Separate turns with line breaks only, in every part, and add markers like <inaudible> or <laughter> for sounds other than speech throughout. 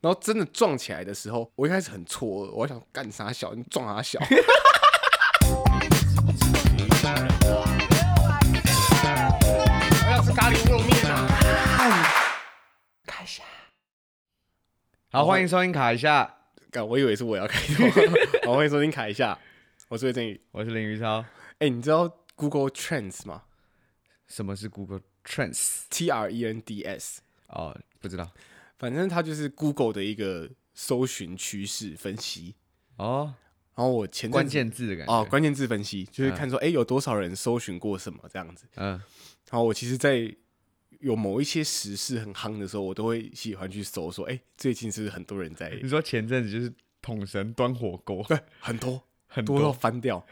然后真的撞起来的时候，我一开始很错愕，我想干啥小，你撞啥
<laughs>
小？
我要吃咖喱乌龙面啊！
卡一下。好，欢迎收听卡一下，
干，我以为是我要开头。 <laughs> 好，欢迎收听凯一下，我是魏振宇。
我是林宇超。
哎、你知道 Google Trends 吗
什么是 Google Trends？
？T R E N D S，
哦，不知道。
反正它就是 Google 的一个搜寻趋势分析。
哦，
然后我前阵子
关键字的感觉。
哦，关键字分析就是看说，哎、有多少人搜寻过什么这样子。
嗯，
然后我其实，在有某一些时事很夯的时候，我都会喜欢去搜说，哎、最近是不是很多人在
<laughs> 你说前阵子就是桶神端火锅， <laughs>
对很多
很
多
多
到翻掉，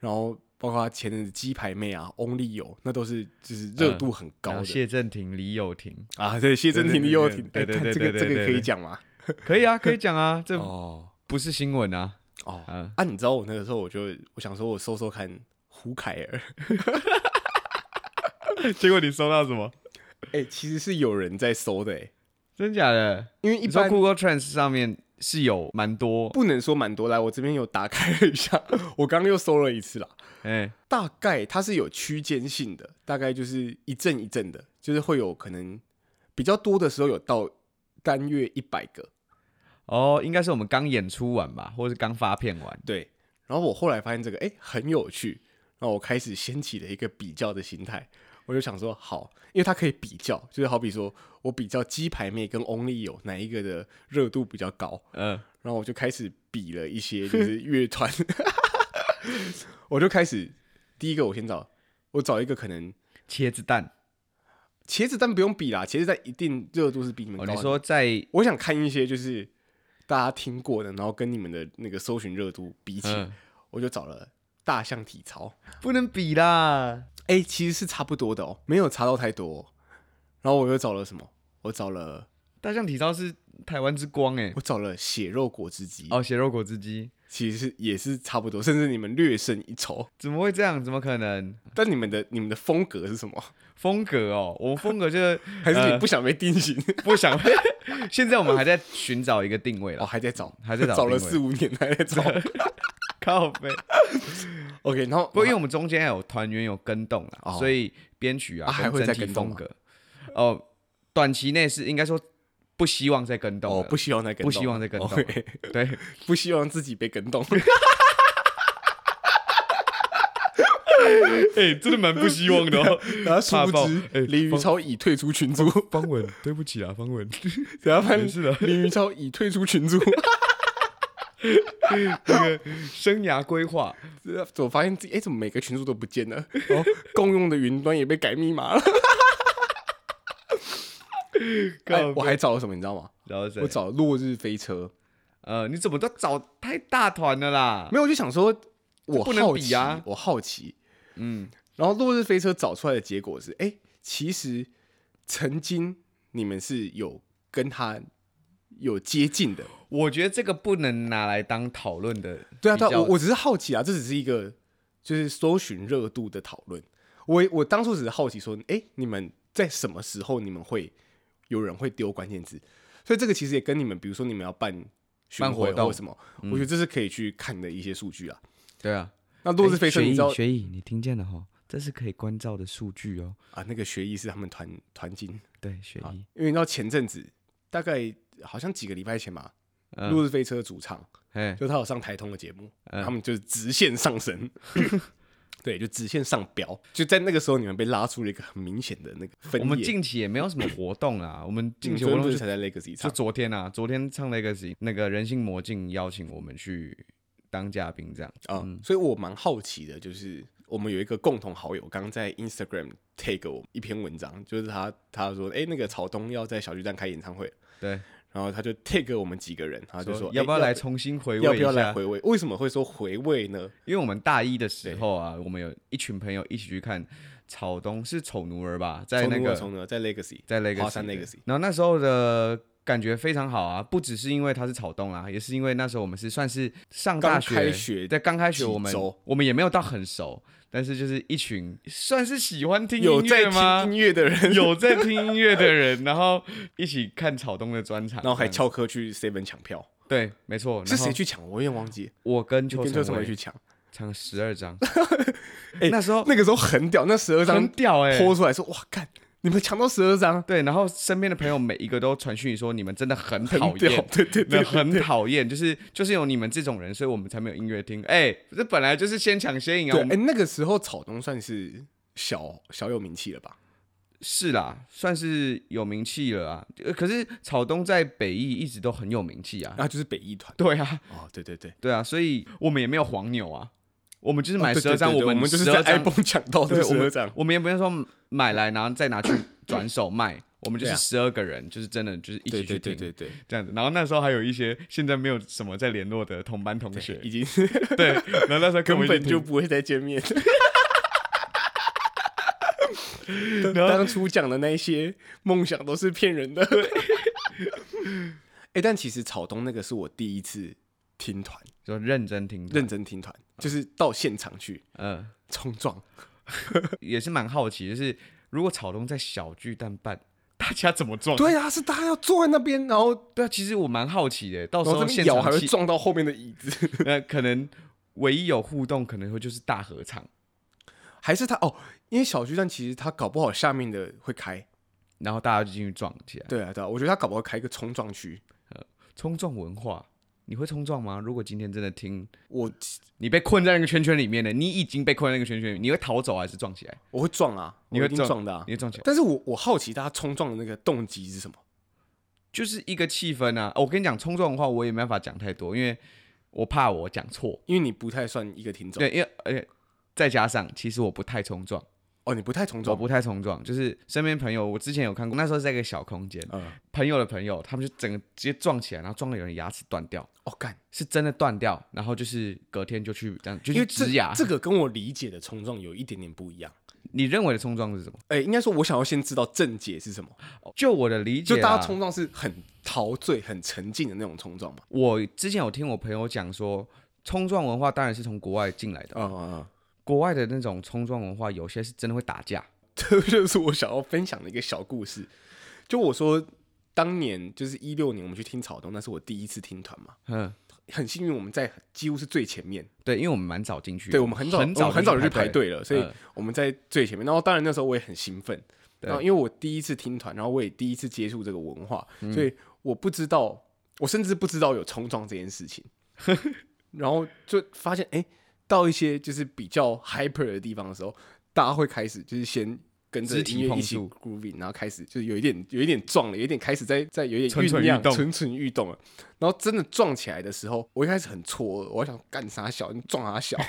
然后包括前阵子鸡排妹啊、Only 有，那都是就是热度很高
嗯然后
的、
谢振廷、李友廷，
啊。对，谢振廷、李友廷，
对对对
哎看 <laughs> 这
对
个
对
这个
对
可以
对
讲吗？
可以啊，可以讲啊，这
哦
不是新闻啊。
哦
嗯
啊！你知道我那个时候，我就我想说，我搜搜看胡凯尔，
<laughs> 结果你收到什么？
哎、其实是有人在搜的、哎，
真假的？
因为一
你说
般
Google Trends 上面是有蛮多，
不能说蛮多，来，我这边有打开了一下，我刚刚又搜了一次啦。
哎，
大概它是有区间性的，大概就是一阵一阵的，就是会有可能比较多的时候有到单月一百个，
哦，应该是我们刚演出完吧，或是刚发片完。
对。然后我后来发现这个哎、很有趣，然后我开始掀起了一个比较的心态，我就想说好，因为它可以比较，就是好比说我比较鸡排妹跟 Only 有哪一个的热度比较高，
嗯，
然后我就开始比了一些
<laughs>
就是乐团， <laughs> 我就开始第一个我先找，我找一个可能
茄子蛋。
茄子蛋不用比啦，茄子蛋一定热度是比你们高
哦，
的。
你说在
我想看一些就是大家听过的，然后跟你们的那个搜寻热度比起，
嗯，
我就找了大象体操，
不能比啦。
哎、其实是差不多的哦，没有差到太多哦、然后我又找了什么？我找了
大象体操是台湾之光哎、
我找了血肉果汁机，
哦，血肉果汁机
其实是也是差不多，甚至你们略胜一筹。
怎么会这样？怎么可能？
但你们的你们的风格是什么？
风格哦，我们风格就是
<laughs> 还是你
呃
不想被定
<laughs>
型？
不想。现在我们还在寻找一个定位
哦， <laughs>
了，
还在找，
还在找
找了
定位
四五年还在
<laughs>
找。
靠背。
OK，然后
不过因为我们中间还有团员有跟动啦，
哦
所以编曲啊
啊还
跟
会
整
再
体
跟动
风
吗
格，哦，短期内是应该说不希望再跟动
哦
了，
不希望再跟
不
动
希望
了
再跟动
OK
<laughs> 对，
<laughs> 不希望自己被跟动。
哎，真的蛮不希望 <laughs> 的哦。
<laughs> 然啊后殊
怕
不
爆
知
哎
林宇
方
超已退出群组， <laughs>
方文，对不起啊，方 <laughs> 文，
等下发
没事的
现林宇超已退出群组， <laughs>
那个生涯规划，
我发现自己哎、怎么每个群组都不见了？哦，共用的云端也被改密码了。哎
靠
我还找了什么，你知道吗？
然后谁
我？找了落日飞车，
呃，你怎么都找太大团了啦？
没有，我就想说，我
啊不能
好
比
奇
啊
我好奇。
嗯，
然后落日飞车找出来的结果是，哎、其实曾经你们是有跟他有接近的，
我觉得这个不能拿来当讨论的比较。
对啊，对啊，我我只是好奇啊，这只是一个就是搜寻热度的讨论。我我当初只是好奇说，哎、你们在什么时候你们会有人会丢关键字？所以这个其实也跟你们，比如说你们要办巡
办活
回
动嗯
或什么，我觉得这是可以去看的一些数据啊。
对啊。
那落日飞车，你知道
学艺，你听见了哈？这是可以关照的数据哦。
啊？那个学艺是他们团团经，
对，学艺，
因为你知道前阵子大概好像几个礼拜前吧，
嗯
落日飞车主唱
哎，
就他有上台通的节目，
嗯
他们就是直线上升，
<laughs>
对，就直线上飙，就在那个时候你们被拉出了一个很明显的那个分
我
野。嗯
们近期也没有什么活
<laughs>
动啊，我们近期
昨
活
天
动
不
就是
才在 Legacy
就
唱，
昨天啊，昨天唱了一个是那个人性魔镜邀请我们去当嘉宾，这样
啊、所以我蛮好奇的，就是我们有一个共同好友，刚刚在 Instagram tag 我一篇文章，就是他他说，哎、那个草东要在小巨蛋开演唱会，
对，
然后他就 tag 我们几个人，啊他就说，
说
诶
要不要来
不
重新回
要
味
不
一
要来
下？
回味？为什么会说回味呢？
因为我们大一的时候啊，我们有一群朋友一起去看草东是丑奴儿吧，在那
从
个
啊从呢，在 Legacy，
在 Legacy
华山
对
Legacy
然后那时候的感觉非常好啊，不只是因为他是草东啊，也是因为那时候我们是算是上
刚
大学，
开学
在刚开学我们
几周
我们也没有到很熟，但是就是一群算是喜欢听
有
音
在
乐吗？
听音乐的人，
有在听音乐的人，然后一起看草东的专场，
<laughs> 然后还
这样
翘课去 seven 抢票，
对，没错，
是
然后
谁去抢？我有点忘记，
我跟邱
跟
成
周成伟
伟
去抢。
唱十二张
<laughs> 哎，
那时候
那个时候很屌，那十二
很
张
屌哎、
剖出来说，哇，干，你们抢到十二张，
对，然后身边的朋友每一个都传讯说你们真的很
很
讨
屌
厌，，
对 <laughs> 对
那
对，
很讨厌，就是就是有你们这种人，所以我们才没有音乐厅。哎、这本来就是先抢先赢啊，
对。
我
哎，
们
那个时候草东算是小小有名气了吧？
是啦，算是有名气了啊。呃可是草东在北艺一直都很有名气啊
然，后就是北艺团，
<laughs> 对啊，
哦，对对对，
对啊，所以我们也没有黄牛啊，我们就是
哦
买
对
十
对
二张，
对对我
们
就是
12
在
张
iPhone 抢到
对
的
我
十二
们
张，
我们也不是说买来然后
<coughs>
再拿去转手卖，我们就是
对啊
十二个人，就是真的就是一
对
起去
对对
听
对对，
这样子。然后那时候还有一些现在没有什么在联络的同班同学，
已经
对，然后那时候跟 <laughs> 我
根
一起
本就
听
不会再见面。
<laughs> 然后
当初讲的那些梦想都是骗人的。 <laughs> 哎、但其实草东那个是我第一次听团，
就认真听团，
认真听团，就是到现场去
嗯、
冲撞。
也是蛮好奇，就是如果草东在小巨蛋办， <laughs> 大家怎么撞？
对啊，是大家要坐在那边，然后
对啊，其实我蛮好奇的，到时
然后
候
这边
现
摇
场
还会
气
撞到后面的椅子，
<laughs>
<laughs>
呃，可能唯一有互动可能会就是大合唱，
还是他哦？因为小巨蛋其实他搞不好下面的会开，
然后大家就进去撞起来，
对啊对啊，我觉得他搞不好开一个冲撞区。
冲撞文化。你会冲撞吗？如果今天真的听
我
你被困在那个圈圈里面了，你已经被困在那个圈圈里面，你会逃走还是撞起来？
我会撞啊，
你
我
会
一定
撞
撞的、啊
你。会撞起来，
但是我我好奇大家冲撞的那个动机是什么？
就是一个气氛啊！哦我跟你讲，冲撞的话我也没办法讲太多，因为我怕我讲错。
因为你不太算一个听众，
对，因为而且再加上，其实我不太冲撞，
哦，你不太冲
我
撞，
不太冲撞，就是身边朋友，我之前有看过，那时候是在一个小空间，
嗯，
朋友的朋友，他们就整个直接撞起来，然后撞到有人牙齿断掉，
哦干，
是真的断掉，然后就是隔天就去这样就
因
去
为这
植牙。
这个跟我理解的冲撞有一点点不一样。
你认为的冲撞是什么？
哎、应该说，我想要先知道正解是什么。
就我的理解
就
啊，
大家冲撞是很陶醉、很沉浸的那种冲撞嘛。
我之前有听我朋友讲说，冲撞文化当然是从国外进来的，
啊啊啊！
国外的那种冲撞文化，有些是真的会打架。
<laughs> 这就是我想要分享的一个小故事。就我说，当年就是一六年，我们去听草东，那是我第一次听团嘛。
嗯，
很幸运，我们在几乎是最前面，
对，因为我们蛮早进去的，
对我们嗯很早，
很
我们很早就去
去
排队了，所以
嗯
我们在最前面。然后当然那时候我也很兴奋，
对
然后因为我第一次听团，然后我也第一次接触这个文化，
嗯
所以我不知道，我甚至不知道有冲撞这件事情。 <laughs> 然后就发现，哎、到一些就是比较 hyper 的地方的时候，大家会开始就是先。跟着
肢体
音乐
碰
一起
触
grooving，然后开始就是有一点有一点撞了，有一点开始在在有一点
蠢
酝
蠢欲
酿，
动
蠢蠢欲动了。然后真的撞起来的时候，我一开始很错愕，我还想干啥小，你撞啥小？
<laughs>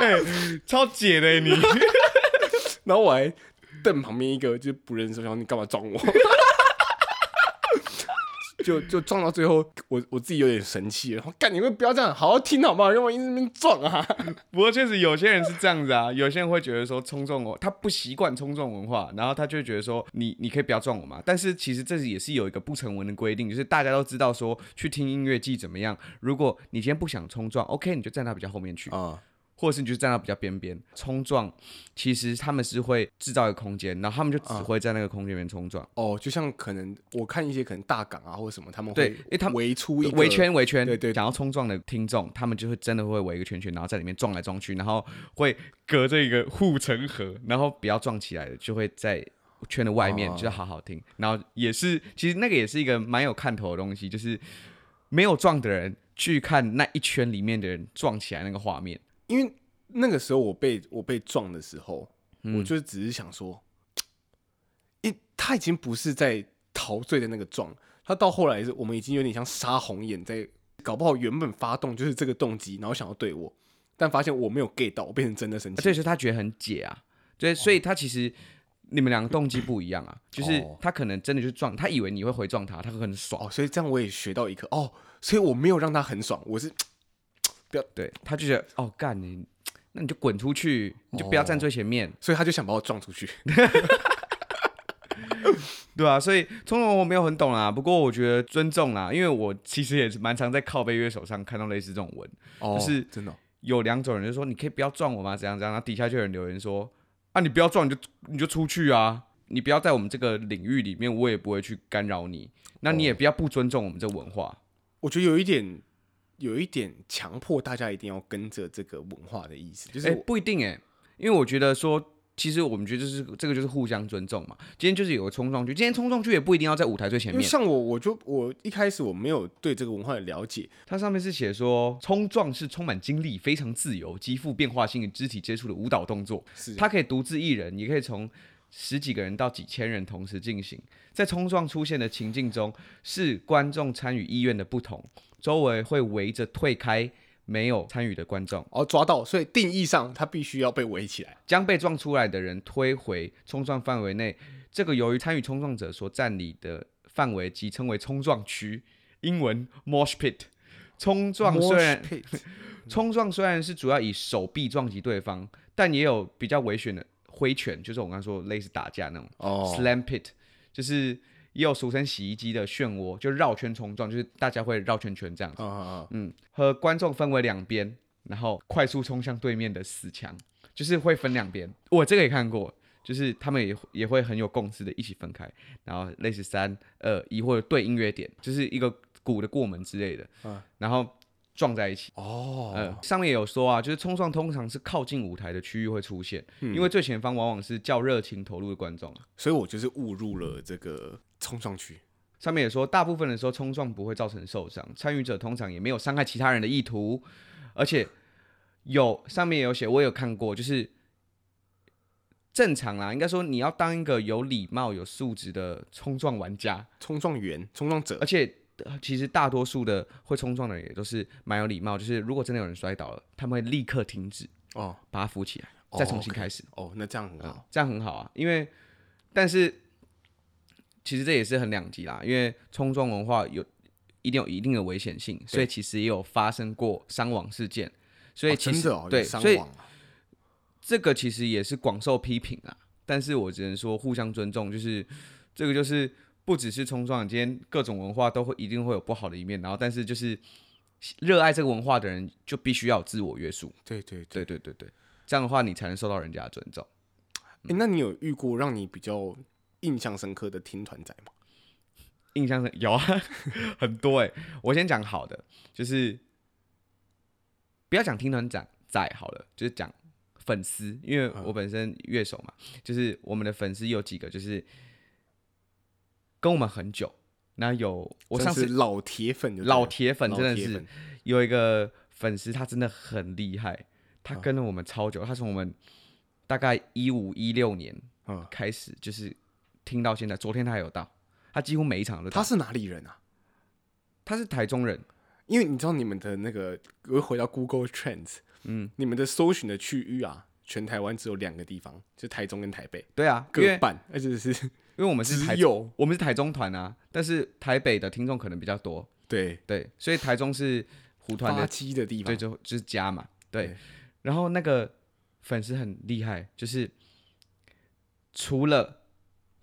哎超解的欸你， <laughs>
然后我还瞪旁边一个就是不认识的小孩，我想你干嘛撞我？ <laughs> 就就撞到最后，我我自己有点生气了，然后干你们不要这样，好好听好不好？让我一直在那边撞啊！
不过确实有些人是这样子啊，有些人会觉得说冲撞我，他不习惯冲撞文化，然后他就会觉得说你你可以不要撞我嘛。但是其实这也是有一个不成文的规定，就是大家都知道说去听音乐季怎么样，如果你今天不想冲撞，OK，你就站到比较后面去。
啊、
或者是你就站到比较边边冲撞，其实他们是会制造一个空间，然后他们就只会在那个空间里面冲撞，
哦，就像可能我看一些可能大港啊或者什么，他们
对
会
因为他们
围出一个
围圈围圈，
对对
想要冲撞的听众，他们就会真的会围一个圈圈，然后在里面撞来撞去，然后会隔着一个护城河，然后不要撞起来的，就会在圈的外面，
哦
就是好好听。然后也是，其实那个也是一个蛮有看头的东西，就是没有撞的人去看那一圈里面的人撞起来那个画面，
因为那个时候我被我被撞的时候，我就只是想说，因他已经不是在陶醉的那个撞，他到后来是我们已经有点像杀红眼在，搞不好原本发动就是这个动机，然后想要对我，但发现我没有 get 到，我变成真的生
所以
气。
说他觉得很解啊，
哦
对，所以他其实。你们两个动机不一样啊，就是
哦
他可能真的就撞，他以为你会回撞他，他会很爽，
哦，所以这样我也学到一课哦，所以我没有让他很爽，我是
对，他就觉得哦，干你，哦那你就滚出去，你就不要站最前面。
所以他就想把我撞出去。
对啊，所以冲动我没有很懂啦，不过我觉得尊重啦，因为我其实也是蛮常在靠背乐手上看到类似这种文，
哦
就是
真的哦、
有两种人就说你可以不要撞我吗？怎样怎样，然后底下就有人留言说啊，你不要撞你就你就出去啊，你不要在我们这个领域里面，我也不会去干扰你，那你也不要不尊重我们这文化。
我觉得有一点，有一点强迫大家一定要跟着这个文化的意思，就是
哎、
我
不一定哎、因为我觉得说，其实我们觉得就是这个就是互相尊重嘛。今天就是有个冲撞剧，今天冲撞剧也不一定要在舞台最前
因为
面。
像我，我就我一开始我没有对这个文化的了解，
它上面是写说，冲撞是充满精力、非常自由、极富变化性与肢体接触的舞蹈动作。
是
它可以独自一人，也可以从十几个人到几千人同时进行。在冲撞出现的情境中，是观众参与意愿的不同，周围会围着退开没有参与的观众。
哦抓到，所以定义上它必须要被围起来。
将被撞出来的人推回冲撞范围内。这个由于参与冲撞者所占领的范围，即称为冲撞区（英文 mosh pit）。冲撞虽然
Mosh pit <laughs>
冲撞虽然是主要以手臂撞击对方，但也有比较危险的挥拳，就是我刚刚说类似打架那种、
哦
slam pit，就是也有俗称洗衣机的漩涡，就绕圈冲撞，就是大家会绕圈圈这样子。
啊啊
嗯，和观众分为两边，然后快速冲向对面的死墙，就是会分两边。我这个也看过，就是他们也也会很有共识的，一起分开，然后类似三二一或者对音乐点，就是一个鼓的过门之类的，
嗯
然后撞在一起。
哦
呃，上面也有说啊，就是冲撞通常是靠近舞台的区域会出现，
嗯
因为最前方往往是较热情投入的观众啊。
所以我就是误入了这个冲撞区。
上面也说，大部分的时候冲撞不会造成受伤，参与者通常也没有伤害其他人的意图，而且有上面也有写，我有看过，就是正常啦，应该说你要当一个有礼貌、有素质的冲撞玩家，
冲撞员、冲撞者
而且呃其实大多数的会冲撞的人也都是蛮有礼貌，就是如果真的有人摔倒了，他们会立刻停止，
哦
把他扶起来，
哦
再重新
OK
开始。
哦，那这样很好。
这样很好啊。因为，但是其实这也是很两极啦，因为冲撞文化有一定有一定的危险性，所以其实也有发生过伤亡事件。所以
哦
其
真
实、
的哦，有
对，
伤
所以
亡啊
这个其实也是广受批评啊。但是我只能说互相尊重，就是这个就是不只是冲撞，今天各种文化都会一定会有不好的一面，然后但是就是热爱这个文化的人就必须要有自我约束，
对对对。
对对对对，这样的话你才能受到人家的尊重。
诶那你有遇过让你比较印象深刻的听团仔吗？
印象深 <laughs> 有啊，很多哎、我先讲好的，就是不要讲听团长仔好了，就是讲粉丝，因为
嗯
我本身乐手嘛，就是我们的粉丝有几个就是跟我们很久，那有我上
真是
次
老铁粉就对了，
老铁粉真的
老铁
是
粉
有一个粉丝，他真的很厉
嗯
害，他跟了我们超久，他从我们大概一五一六年
嗯
开始就是听到现在，昨天他还有到，他几乎每一场都到
他是哪里人啊？
他是台中人，
因为你知道你们的那个，我又回到 Google Trends，嗯，你们的搜寻的区域啊，全台湾只有两个地方，就台中跟台北
对啊，因为
各半，而且是
因为我们是台
只有
我们是台中团啊，但是台北的听众可能比较多，
对
对，所以台中是胡团
发
的，
迹的地方，
对，就就是家嘛，对
对。
然后那个粉丝很厉害，就是除了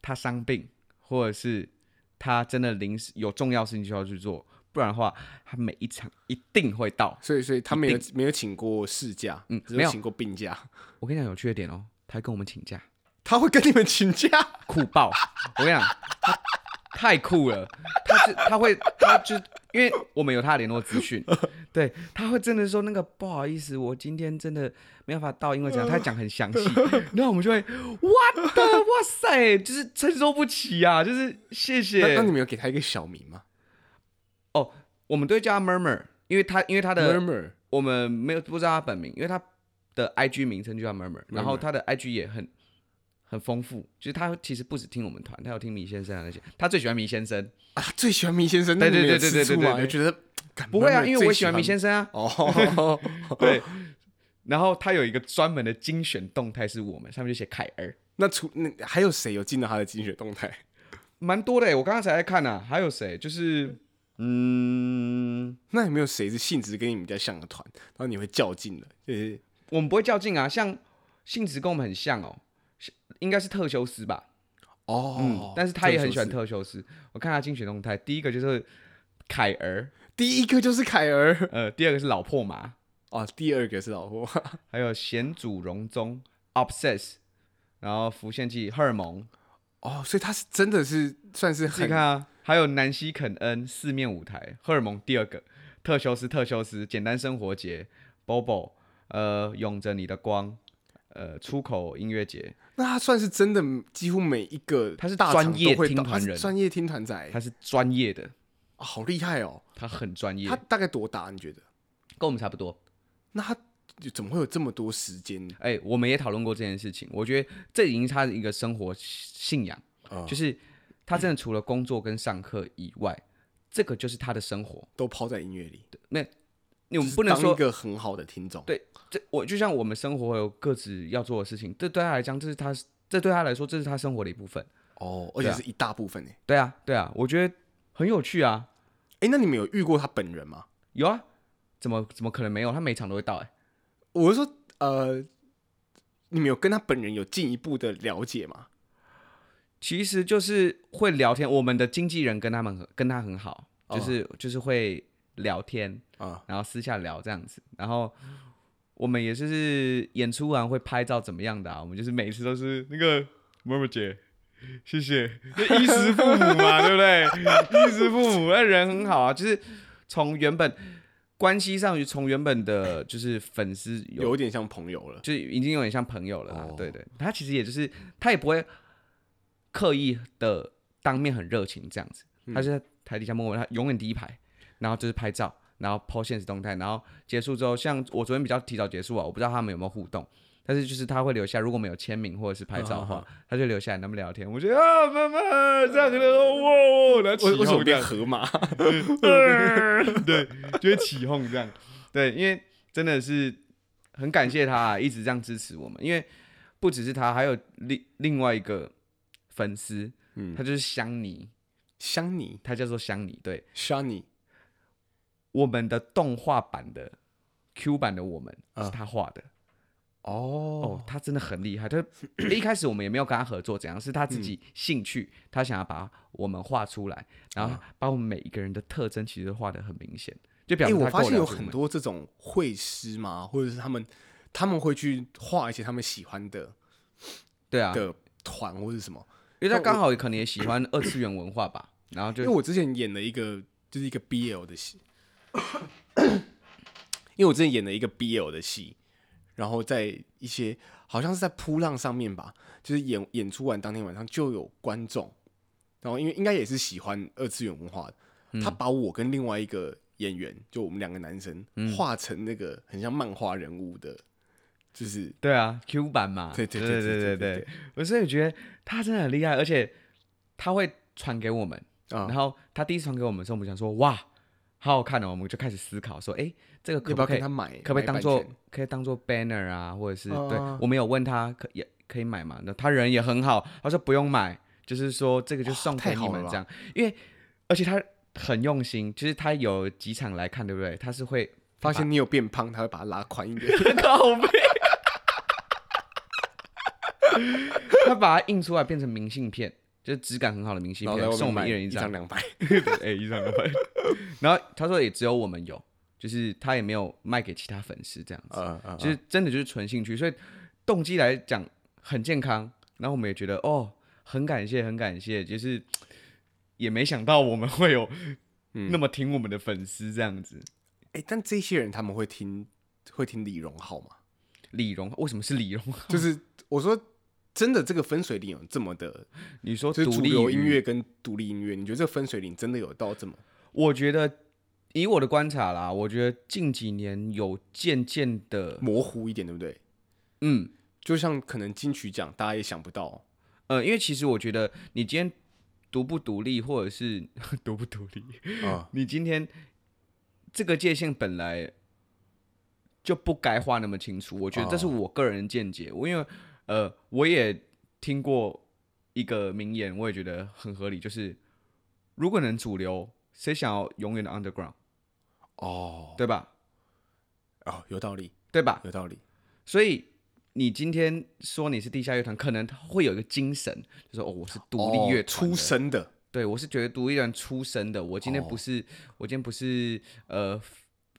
他伤病，或者是他真的临时有重要事情需要去做，不然的话，他每一场一定会到。
所以所以他没有没有请过事假，
嗯
只
没有
请过病假，
我跟你讲有趣的点哦，他还跟我们请假。
他会跟你们请假，
酷爆！我跟你讲，他太酷了，他就他会他就因为我们有他的联络资讯，对，他会真的说那个不好意思，我今天真的没办法到，因为这样，他讲很详细，然后我们就会哇的哇塞，就是承受不起啊，就是谢
那那你
谢
们有给他一个小名吗
哦，我们都会叫他 murmur，因为他因为他的
？Murmur
我们没有不知道他本名，因为他的 IG 名称就叫 Murmur，然后他的 IG 也很很丰富，就是他其实不只听我们团，他有听米先生啊那些，他最喜欢米先生，
啊，最喜欢迷先生，那
对
你们
对
有
对
吃
对对
醋
对
吗
对
就觉得干
不会啊，
Murmur
因为
最
我喜欢米先生啊，
哦，
<laughs> 对，然后他有一个专门的精选动态是我们，上面就写凯儿，
那除那还有谁有进到他的精选动态？ <laughs>
蛮多的欸，我刚刚才在看呢、啊，还有谁就是嗯，
那有没有谁是性质跟你们比较像的团，然后你会较劲的？就是
我们不会较劲啊，像性质跟我们很像哦，是应该是特修斯吧，
哦，
嗯，但是他也很喜欢
这个
特修斯。我看他竞选动态，第一个就是凯儿，
第一个就是凯儿
呃，第二个是老破马，
<laughs> 哦，第二个是老 <laughs> 婆，
还有贤主荣宗 obsess，然后浮现记荷尔蒙，
哦，所以他是真的是算是
自己
很
看啊，还有南希肯恩四面舞台，荷尔蒙第二个，特修斯特修斯简单生活节，Bobo，呃，拥着你的光。呃，出口音乐节，
那他算是真的几乎每一个
他是
大厂
专业
都会
听
到
团
他是
人
专业听团仔，
他是专业的，
啊好厉害哦！
他很专业
他，大概多大？你觉得？
跟我们差不多。
那他怎么会有这么多时间？
哎、我们也讨论过这件事情，我觉得这已经是他的一个生活信仰，
嗯
就是他真的除了工作跟上课以外，这个就是他的生活。
都抛在音乐里？
那你我
就
们
是
不能
当
说
一个很好的听众，
对，这我就像我们生活会有各自要做的事情，这对他来讲，这是他，这对他来说，这是他生活的一部分。
哦，而
对
且
啊
是一大部分欸诶。
对啊，对啊，我觉得很有趣啊，
哎，那你们有遇过他本人吗？
有啊，怎么怎么可能没有？他每场都会到、哎，
我是说，呃，你们有跟他本人有进一步的了解吗？
其实就是会聊天。我们的经纪人跟他们很跟他很好，就是、就是会聊天，
啊、
然后私下聊这样子，然后。我们也就是演出完会拍照怎么样的啊？我们就是每次都是那个默默姐，谢谢，就衣食父母嘛，对不对？衣食父母，那人很好啊，就是从原本关系上，从原本的就是粉丝有，
有点像朋友了。
就已经有点像朋友了啊。
哦
对对，他其实也就是他也不会刻意的当面很热情这样子，
嗯
他就在台底下默默，他永远第一排，然后就是拍照，然后 po 现实动态，然后结束之后，像我昨天比较提早结束啊，我不知道他们有没有互动。但是就是他会留下，如果没有签名或者是拍照的话，
嗯嗯
他就留下来，他们聊天。我觉得啊，妈妈这样子，哇哇，然后起
为为什
哄
么
这
变
样，
河马？
<laughs>
<laughs>
对，就会起哄这样。对，因为真的是很感谢他、啊、一直这样支持我们，因为不只是他，还有另另外一个粉丝，
嗯
他就是香妮，
香你
他叫做香妮。对，
，Shani，
我们的动画版的 Q 版的我们
啊
是他画的。哦
哦，，
他真的很厉害。他 <clears throat> 一开始我们也没有跟他合作，怎样是他自己
嗯
兴趣，他想要把我们画出来，然
啊
后把我们每一个人的特征其实画的很明显，就表
哎、
示
我
他
发
够
现
了
有
解我
很
们。
多这种绘师嘛，或者是他们他们会去画一些他们喜欢的
对啊，
的团或是什么。
因为他刚好可能也喜欢二次元文化吧， <clears throat> 然后
因为
就
我之前演了一个就是一个 BL 的
<coughs>
戏，因为我之前演了一个 BL 的戏，然后在一些好像是在扑浪上面吧，就是演演出完当天晚上就有观众，然后因为应该也是喜欢二次元文化
嗯
的，他把我跟另外一个演员，就我们两个男生
嗯
画成那个很像漫画人物的，就是
对啊，Q 版嘛，
对
对
对对
对
对对
对
对，
我所以觉得他真的很厉害，而且他会传给我们，
啊
然后他第一次传给我们的时候，我们想说哇，好好看哦，我们就开始思考说，哎，这个可
要不要
可以
跟他买
可不可以
买
当
版
做
权
可以当做 banner 啊，或者是、对
啊
我们有问他可也可以买嘛？那他人也很好，他说不用买，就是说这个就
哇
送给
太
你
好
们
了
这样，因为而且他很用心，就是他有几场来看，对不对？他是会
发现你有变胖，他会把它拉宽一
<laughs>
点。
靠背。他把它印出来变成明信片，就是质感很好的明信
然后在
片，
外
送
面
我
买
们一人一张
张。两百，
哎，一张两 <laughs> 百。然后他说也只有我们有，就是他也没有卖给其他粉丝这样子，
呃呃，
就是真的就是纯兴趣，所以动机来讲很健康。然后我们也觉得哦，很感谢，很感谢，就是也没想到我们会有那么听我们的粉丝这样子。
哎、但这些人他们会听会听李荣浩吗？
李荣为什么是李荣？
就是我说真的，这个分水岭有这么的，
你说
就是
独
主
立
流音
于
乐跟独立音乐，你觉得这个分水岭真的有到这么？
我觉得以我的观察啦，我觉得近几年有渐渐的，
模糊一点，对不对？
呃嗯
就像可能金曲奖，大家也想不到，
呃，因为其实我觉得你今天独不独立，或者是 <laughs> 独不独立，
啊
你今天这个界限本来就不该画那么清楚。我觉得这是我个人的见解，我因为呃，我也听过一个名言，我也觉得很合理，就是如果能主流，谁想要永远的 underground，
哦
对吧？
哦，有道理，
对吧？
有道理，
所以你今天说你是地下乐团，可能会有一个精神，就说哦，我是独立乐
哦
团
出
的
身的，
对，我是觉得独立人出身的，我今天不是，我今天不是呃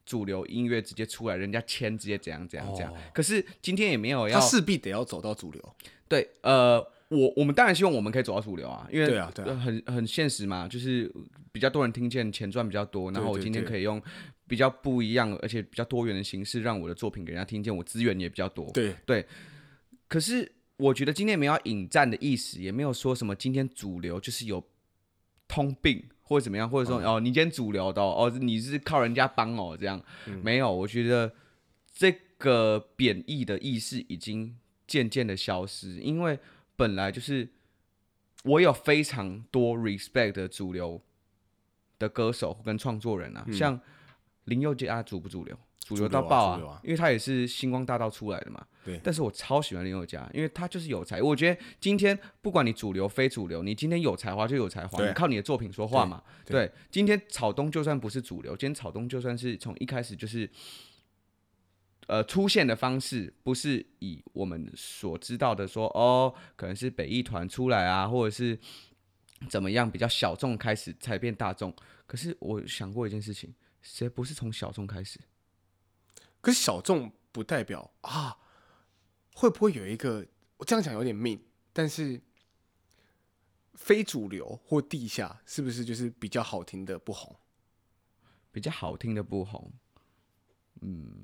主流音乐直接出来，人家签直接怎样怎样怎样。可是今天也没有要
哦他势必得要走到主流。
对呃，我我们当然希望我们可以走到主流啊，因为
对啊对啊
呃很很现实嘛，就是比较多人听见，钱赚比较多，然后我
对
今天
对
可以用比较不一样而且比较多元的形式，让我的作品给人家听见，我资源也比较多。
对，
可是我觉得今天没有要引战的意思，也没有说什么今天主流就是有通病或者怎么样，或者说、哦你今天主流的哦哦你是靠人家帮哦这样，
嗯
没有，我觉得这个贬义的意识已经渐渐的消失，因为本来就是我有非常多 respect 的主流的歌手跟创作人啊，像林宥嘉主不主流？主流到爆
嗯主流啊
因为他也是星光大道出来的嘛。
对
但是我超喜欢林宥嘉，因为他就是有才。我觉得今天不管你主流非主流，你今天有才华就有才华，
对
你靠你的作品说话嘛。
对
对，今天草东就算不是主流，今天草东就算是从一开始就是，呃，出现的方式不是以我们所知道的说哦，可能是北艺团出来啊，或者是怎么样比较小众开始才变大众。可是我想过一件事情，谁不是从小众开始？
可是小众不代表啊，会不会有一个我这样讲有点命，但是非主流或地下是不是就是比较好听的不红？
比较好听的不红，嗯，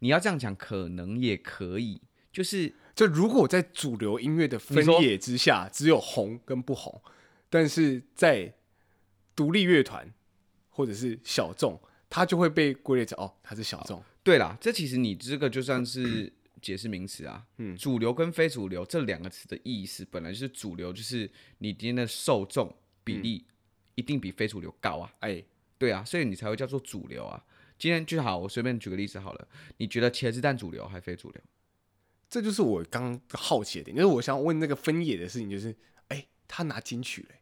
你要这样讲可能也可以，就是
就如果在主流音乐的分
你说
野之下，只有红跟不红，但是在独立乐团或者是小众，它就会被归类成哦，它是小众。
对啦，这其实你这个就算是解释名词啊，嗯，主流跟非主流这两个词的意思，本来就是主流就是你今天的受众比
嗯
例一定比非主流高啊，
哎，
对啊，所以你才会叫做主流啊。今天就好，我随便举个例子好了，你觉得茄子蛋主流还非主流？
这就是我刚好奇的点，就是我想问那个分野的事情，就是哎，他拿金曲嘞、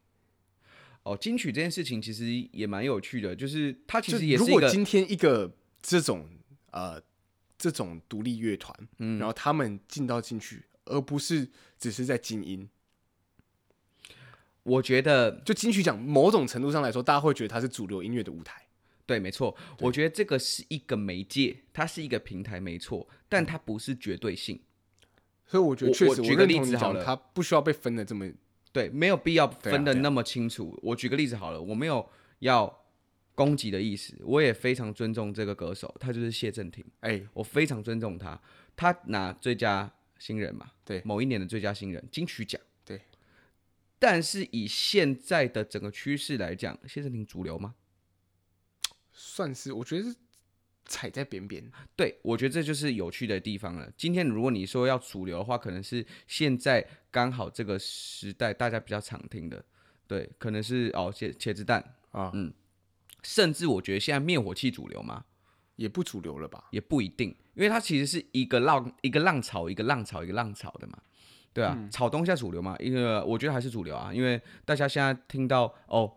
哦，金曲这件事情其实也蛮有趣的，就是它其实也
如
是一
果
个
今天一个这种呃这种独立乐团，
嗯
然后他们进到进去，而不是只是在精英，
我觉得
就金曲奖某种程度上来说，大家会觉得它是主流音乐的舞台。
对，没错，我觉得这个是一个媒介，它是一个平台，没错，
嗯
但它不是绝对性，
所以我觉得
我
确
我
实，
举个
认
例
同
子
你
好
讲
了
它不需要被分的这么
对，没有必要
对啊
分的
对啊
那么清楚。我举个例子好了，我没有要攻击的意思，我也非常尊重这个歌手，他就是谢震廷，
哎、
我非常尊重他，他拿最佳新人嘛，
对
某一年的最佳新人金曲奖，
对。
但是以现在的整个趋势来讲，谢震廷主流吗？
算是我觉得是踩在边边。
对，我觉得这就是有趣的地方了。今天如果你说要主流的话，可能是现在刚好这个时代大家比较常听的，对，可能是哦茄茄子蛋
啊
嗯，甚至我觉得现在灭火器主流嘛，
也不主流了吧？
也不一定，因为它其实是一个浪一个浪潮一个浪潮一个浪潮的嘛，对啊，草东下主流嘛，因为我觉得还是主流啊，因为大家现在听到哦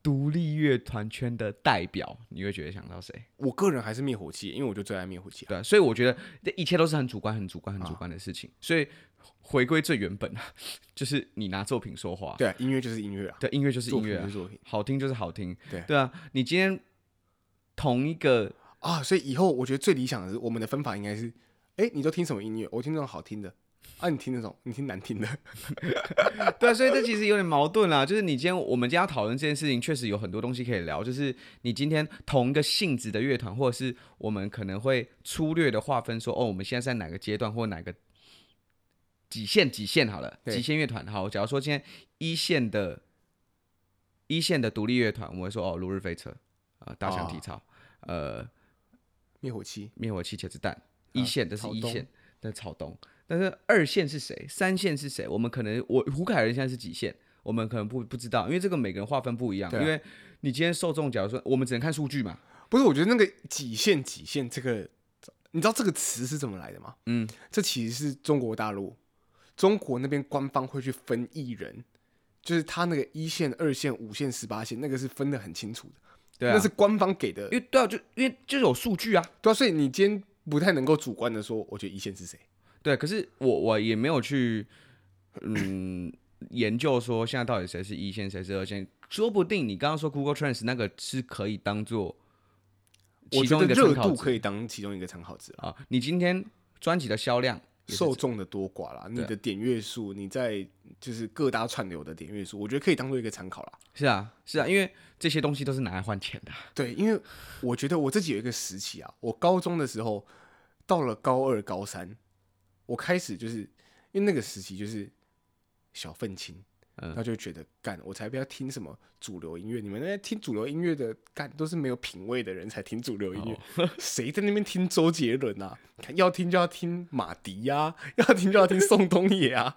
独立乐团圈的代表，你会觉得想到谁？
我个人还是灭火器，因为我就最爱灭火器、啊。
对啊、所以我觉得这一切都是很主观、很主观、很主观的事情。所以回归最原本啊， <laughs> 就是你拿作品说话。
对啊，音乐就是音乐啊，
对，音乐就是
作
音
品
乐、
就
啊
是，作品
好听就是好听。
对
啊，你今天同一个
啊。所以以后我觉得最理想的是，我们的分法应该是：哎、你都听什么音乐？我听那种好听的啊，你听那种你听难听的。
对啊，所以这其实有点矛盾啦。就是你今天我们今天要讨论这件事情，确实有很多东西可以聊。就是你今天同一个性质的乐团，或者是我们可能会粗略的划分说，哦，我们现在在哪个阶段或哪个几线几线好了，
对
几线乐团好。假如说今天一线的一线的独立乐团，我们会说哦，如日飞车啊、呃大象体操，呃，
灭火器
灭火器茄子蛋，一线这是
啊草
一
东
线，那是草东。但是二线是谁？三线是谁？我们可能我胡凯人现在是几线？我们可能不不知道，因为这个每个人划分不一样。
对啊
因为你今天受众，假如说我们只能看数据嘛，
不是？我觉得那个几线几线这个，你知道这个词是怎么来的吗？
嗯，
这其实是中国大陆，中国那边官方会去分艺人，就是他那个一线、二线、五线、十八线，那个是分得很清楚的，
对啊，
那是官方给的
因。为对啊，就因为就是有数据啊，
对啊，所以你今天不太能够主观的说，我觉得一线是谁，
对，可是我我也没有去嗯 <coughs> 研究说现在到底谁是一线，谁是二线。说不定你刚刚说 Google Trends 那个是可以当做
我
其
觉
中一
得
个
热
参考
度
值
可以当其中一个参考值啊，
啊。你今天专辑的销量也是
受众的多寡啦，你
对
的点阅数，你在就是各大串流的点阅数，我觉得可以当做一个参考啦。
是啊是啊，因为这些东西都是拿来换钱的啊。
对，因为我觉得我自己有一个时期啊，我高中的时候，到了高二、高三，我开始就是因为那个时期就是小愤青，
嗯
然后就觉得干，我才不要听什么主流音乐，你们那些听主流音乐的干都是没有品味的人才听主流音乐，谁在那边听周杰伦啊？看要听就要听马迪呀、啊，要听就要听宋冬野啊，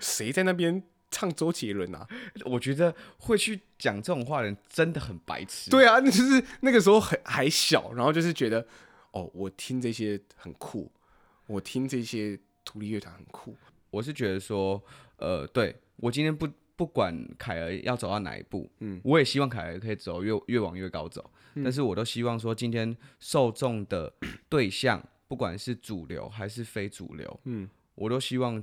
谁在那边唱周杰伦啊？
<laughs> 我觉得会去讲这种话的人真的很白痴。
对啊，那 <laughs> 就是那个时候很还小，然后就是觉得，哦，我听这些很酷，我听这些独立乐团很酷，
我是觉得说，呃，对我今天不不管凯儿要走到哪一步，嗯，我也希望凯儿可以走越越往越高走，但是我都希望说，今天受众 <clears throat> 的对象，不管是主流还是非主流，
嗯，
我都希望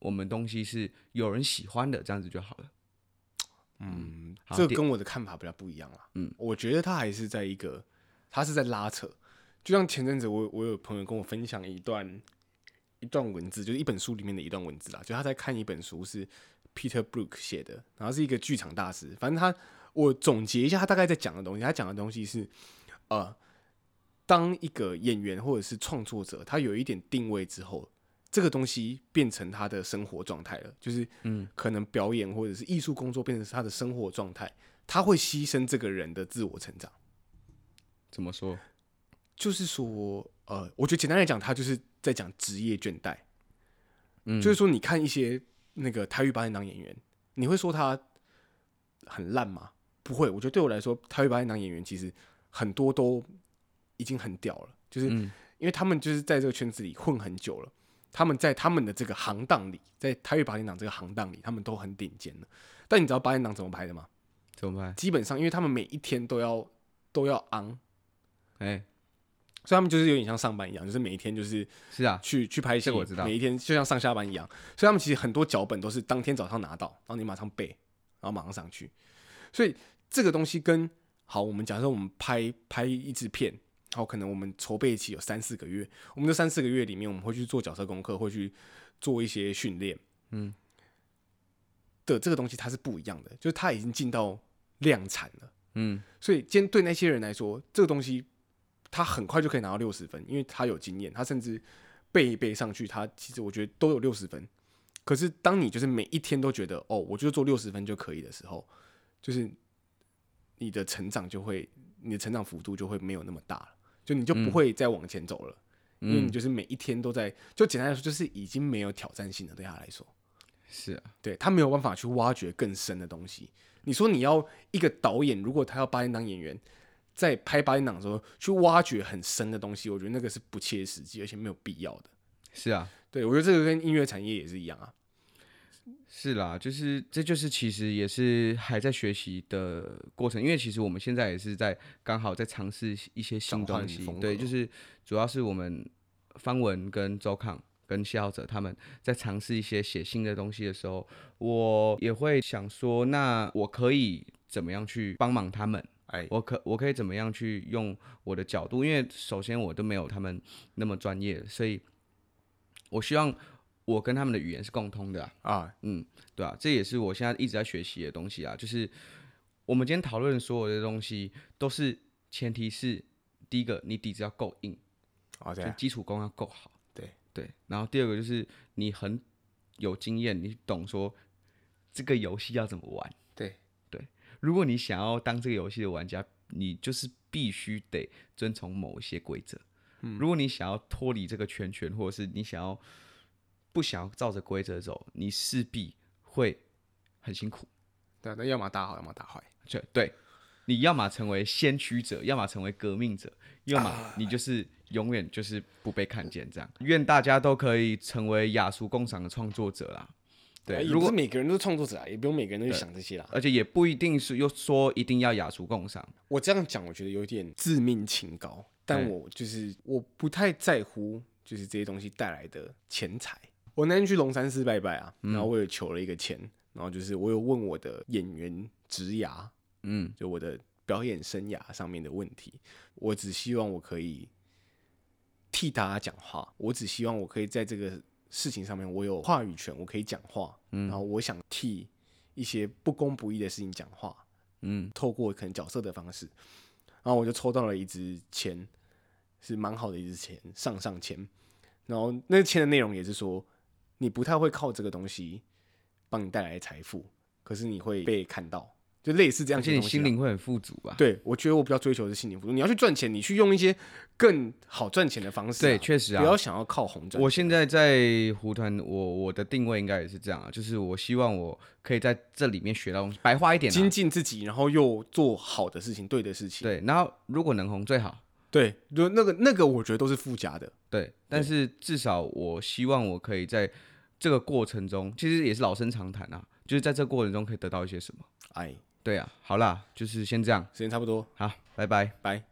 我们东西是有人喜欢的，这样子就好了。
嗯，
好
这个
第
跟我的看法比较不一样啦。
嗯，
我觉得他还是在一个，他是在拉扯。就像前阵子我我有朋友跟我分享一段一段文字，就是一本书里面的一段文字啦，就他在看一本书是 Peter Brook 写的，然后是一个剧场大师。反正他我总结一下他大概在讲的东西，他讲的东西是呃，当一个演员或者是创作者，他有一点定位之后。这个东西变成他的生活状态了，就是嗯，可能表演或者是艺术工作变成是他的生活状态，他会牺牲这个人的自我成长。
怎么说？
就是说，呃，我觉得简单来讲，他就是在讲职业倦怠。嗯，就是说，你看一些那个台语八点档演员，你会说他很烂吗？不会，我觉得对我来说，台语八点档演员其实很多都已经很屌了，就是因为他们就是在这个圈子里混很久了，他们在他们的这个行当里，在台语八点档这个行当里，他们都很顶尖了。但你知道八点档怎么拍的吗？
怎么办？
基本上，因为他们每一天都要都要昂，
哎、
所以他们就是有点像上班一样，就是每一天就是
是啊，
去去拍戏，
这个我知道
每一天就像上下班一样。所以他们其实很多脚本都是当天早上拿到，然后你马上背，然后马上上去。所以这个东西跟好，我们假设我们拍拍一支片，好，可能我们筹备期有三四个月，我们这三四个月里面，我们会去做角色功课，会去做一些训练，嗯，的这个东西它是不一样的，就是它已经进到量产了。
嗯，
所以今天对那些人来说，这个东西他很快就可以拿到六十分，因为他有经验，他甚至背一背上去，他其实我觉得都有六十分。可是当你就是每一天都觉得哦，我就做六十分就可以的时候，就是你的成长就会，你的成长幅度就会没有那么大了，就你就不会再往前走了。因为你就是每一天都在，就简单来说，就是已经没有挑战性了。对他来说，
是啊，
对他没有办法去挖掘更深的东西。你说你要一个导演，如果他要八点档演员，在拍八点档的时候去挖掘很深的东西，我觉得那个是不切实际，而且没有必要的。
是啊，
对我觉得这个跟音乐产业也是一样啊。
是啦，就是这就是其实也是还在学习的过程，因为其实我们现在也是在刚好在尝试一些新
转换
东西
风，
对，
格哦
就是主要是我们方文跟周康跟谢浩哲他们在尝试一些写新的东西的时候，我也会想说，那我可以怎么样去帮忙他们？
哎
我可我可以怎么样去用我的角度？因为首先我都没有他们那么专业，所以我希望我跟他们的语言是共通的啊、
啊，
对啊，这也是我现在一直在学习的东西啊。就是我们今天讨论的所有的东西，都是前提是第一个，你底子要够硬，
好这
就
样
基础功要够好。
对
对，然后第二个就是你很有经验，你懂说这个游戏要怎么玩。
对
如果你想要当这个游戏的玩家，你就是必须得遵从某一些规则。
嗯
如果你想要脱离这个圈圈，或者是你想要不想要照着规则走，你势必会很辛苦。
对啊，那要么打好，要么打坏。
对对，你要么成为先驱者，要么成为革命者，要
啊
么你就是永远就是不被看见这样。愿大家都可以成为雅俗共赏的创作者啦。
哎
对，
也
如
不
果
是每个人都是创作者啊，也不用每个人都去想这些啦。
而且也不一定是又说一定要雅俗共赏，
我这样讲，我觉得有点自命清高，但
哎
我就是我不太在乎，就是这些东西带来的钱财。我那天去龙山寺拜拜啊，然后我也求了一个签，然后就是我有问我的演员职涯，
嗯，
就我的表演生涯上面的问题，我只希望我可以替大家讲话，我只希望我可以在这个事情上面我有话语权，我可以讲话，然后我想替一些不公不义的事情讲话，
嗯，
透过可能角色的方式，然后我就抽到了一支签，是蛮好的一支签，上上签，然后那签的内容也是说，你不太会靠这个东西帮你带来财富，可是你会被看到。就类似这样
而
子
且
的
你
东西啊，
心灵会很富足吧？
对，我觉得我比较追求的是心灵富足。你要去赚钱，你去用一些更好赚钱的方式、
对确实啊
不要想要靠红赚。
我现在在胡团，我我的定位应该也是这样啊，就是我希望我可以在这里面学到东西，白话一点、
精
啊。
进自己，然后又做好的事情，对的事情。
对，然后如果能红最好，
对，就那个那个，我觉得都是附加的。
对，但是至少我希望我可以在这个过程中，其实也是老生常谈啊，就是在这过程中可以得到一些什么。
哎，
对啊，好啦，就是先这样，
时间差不多，
好，拜拜。
拜。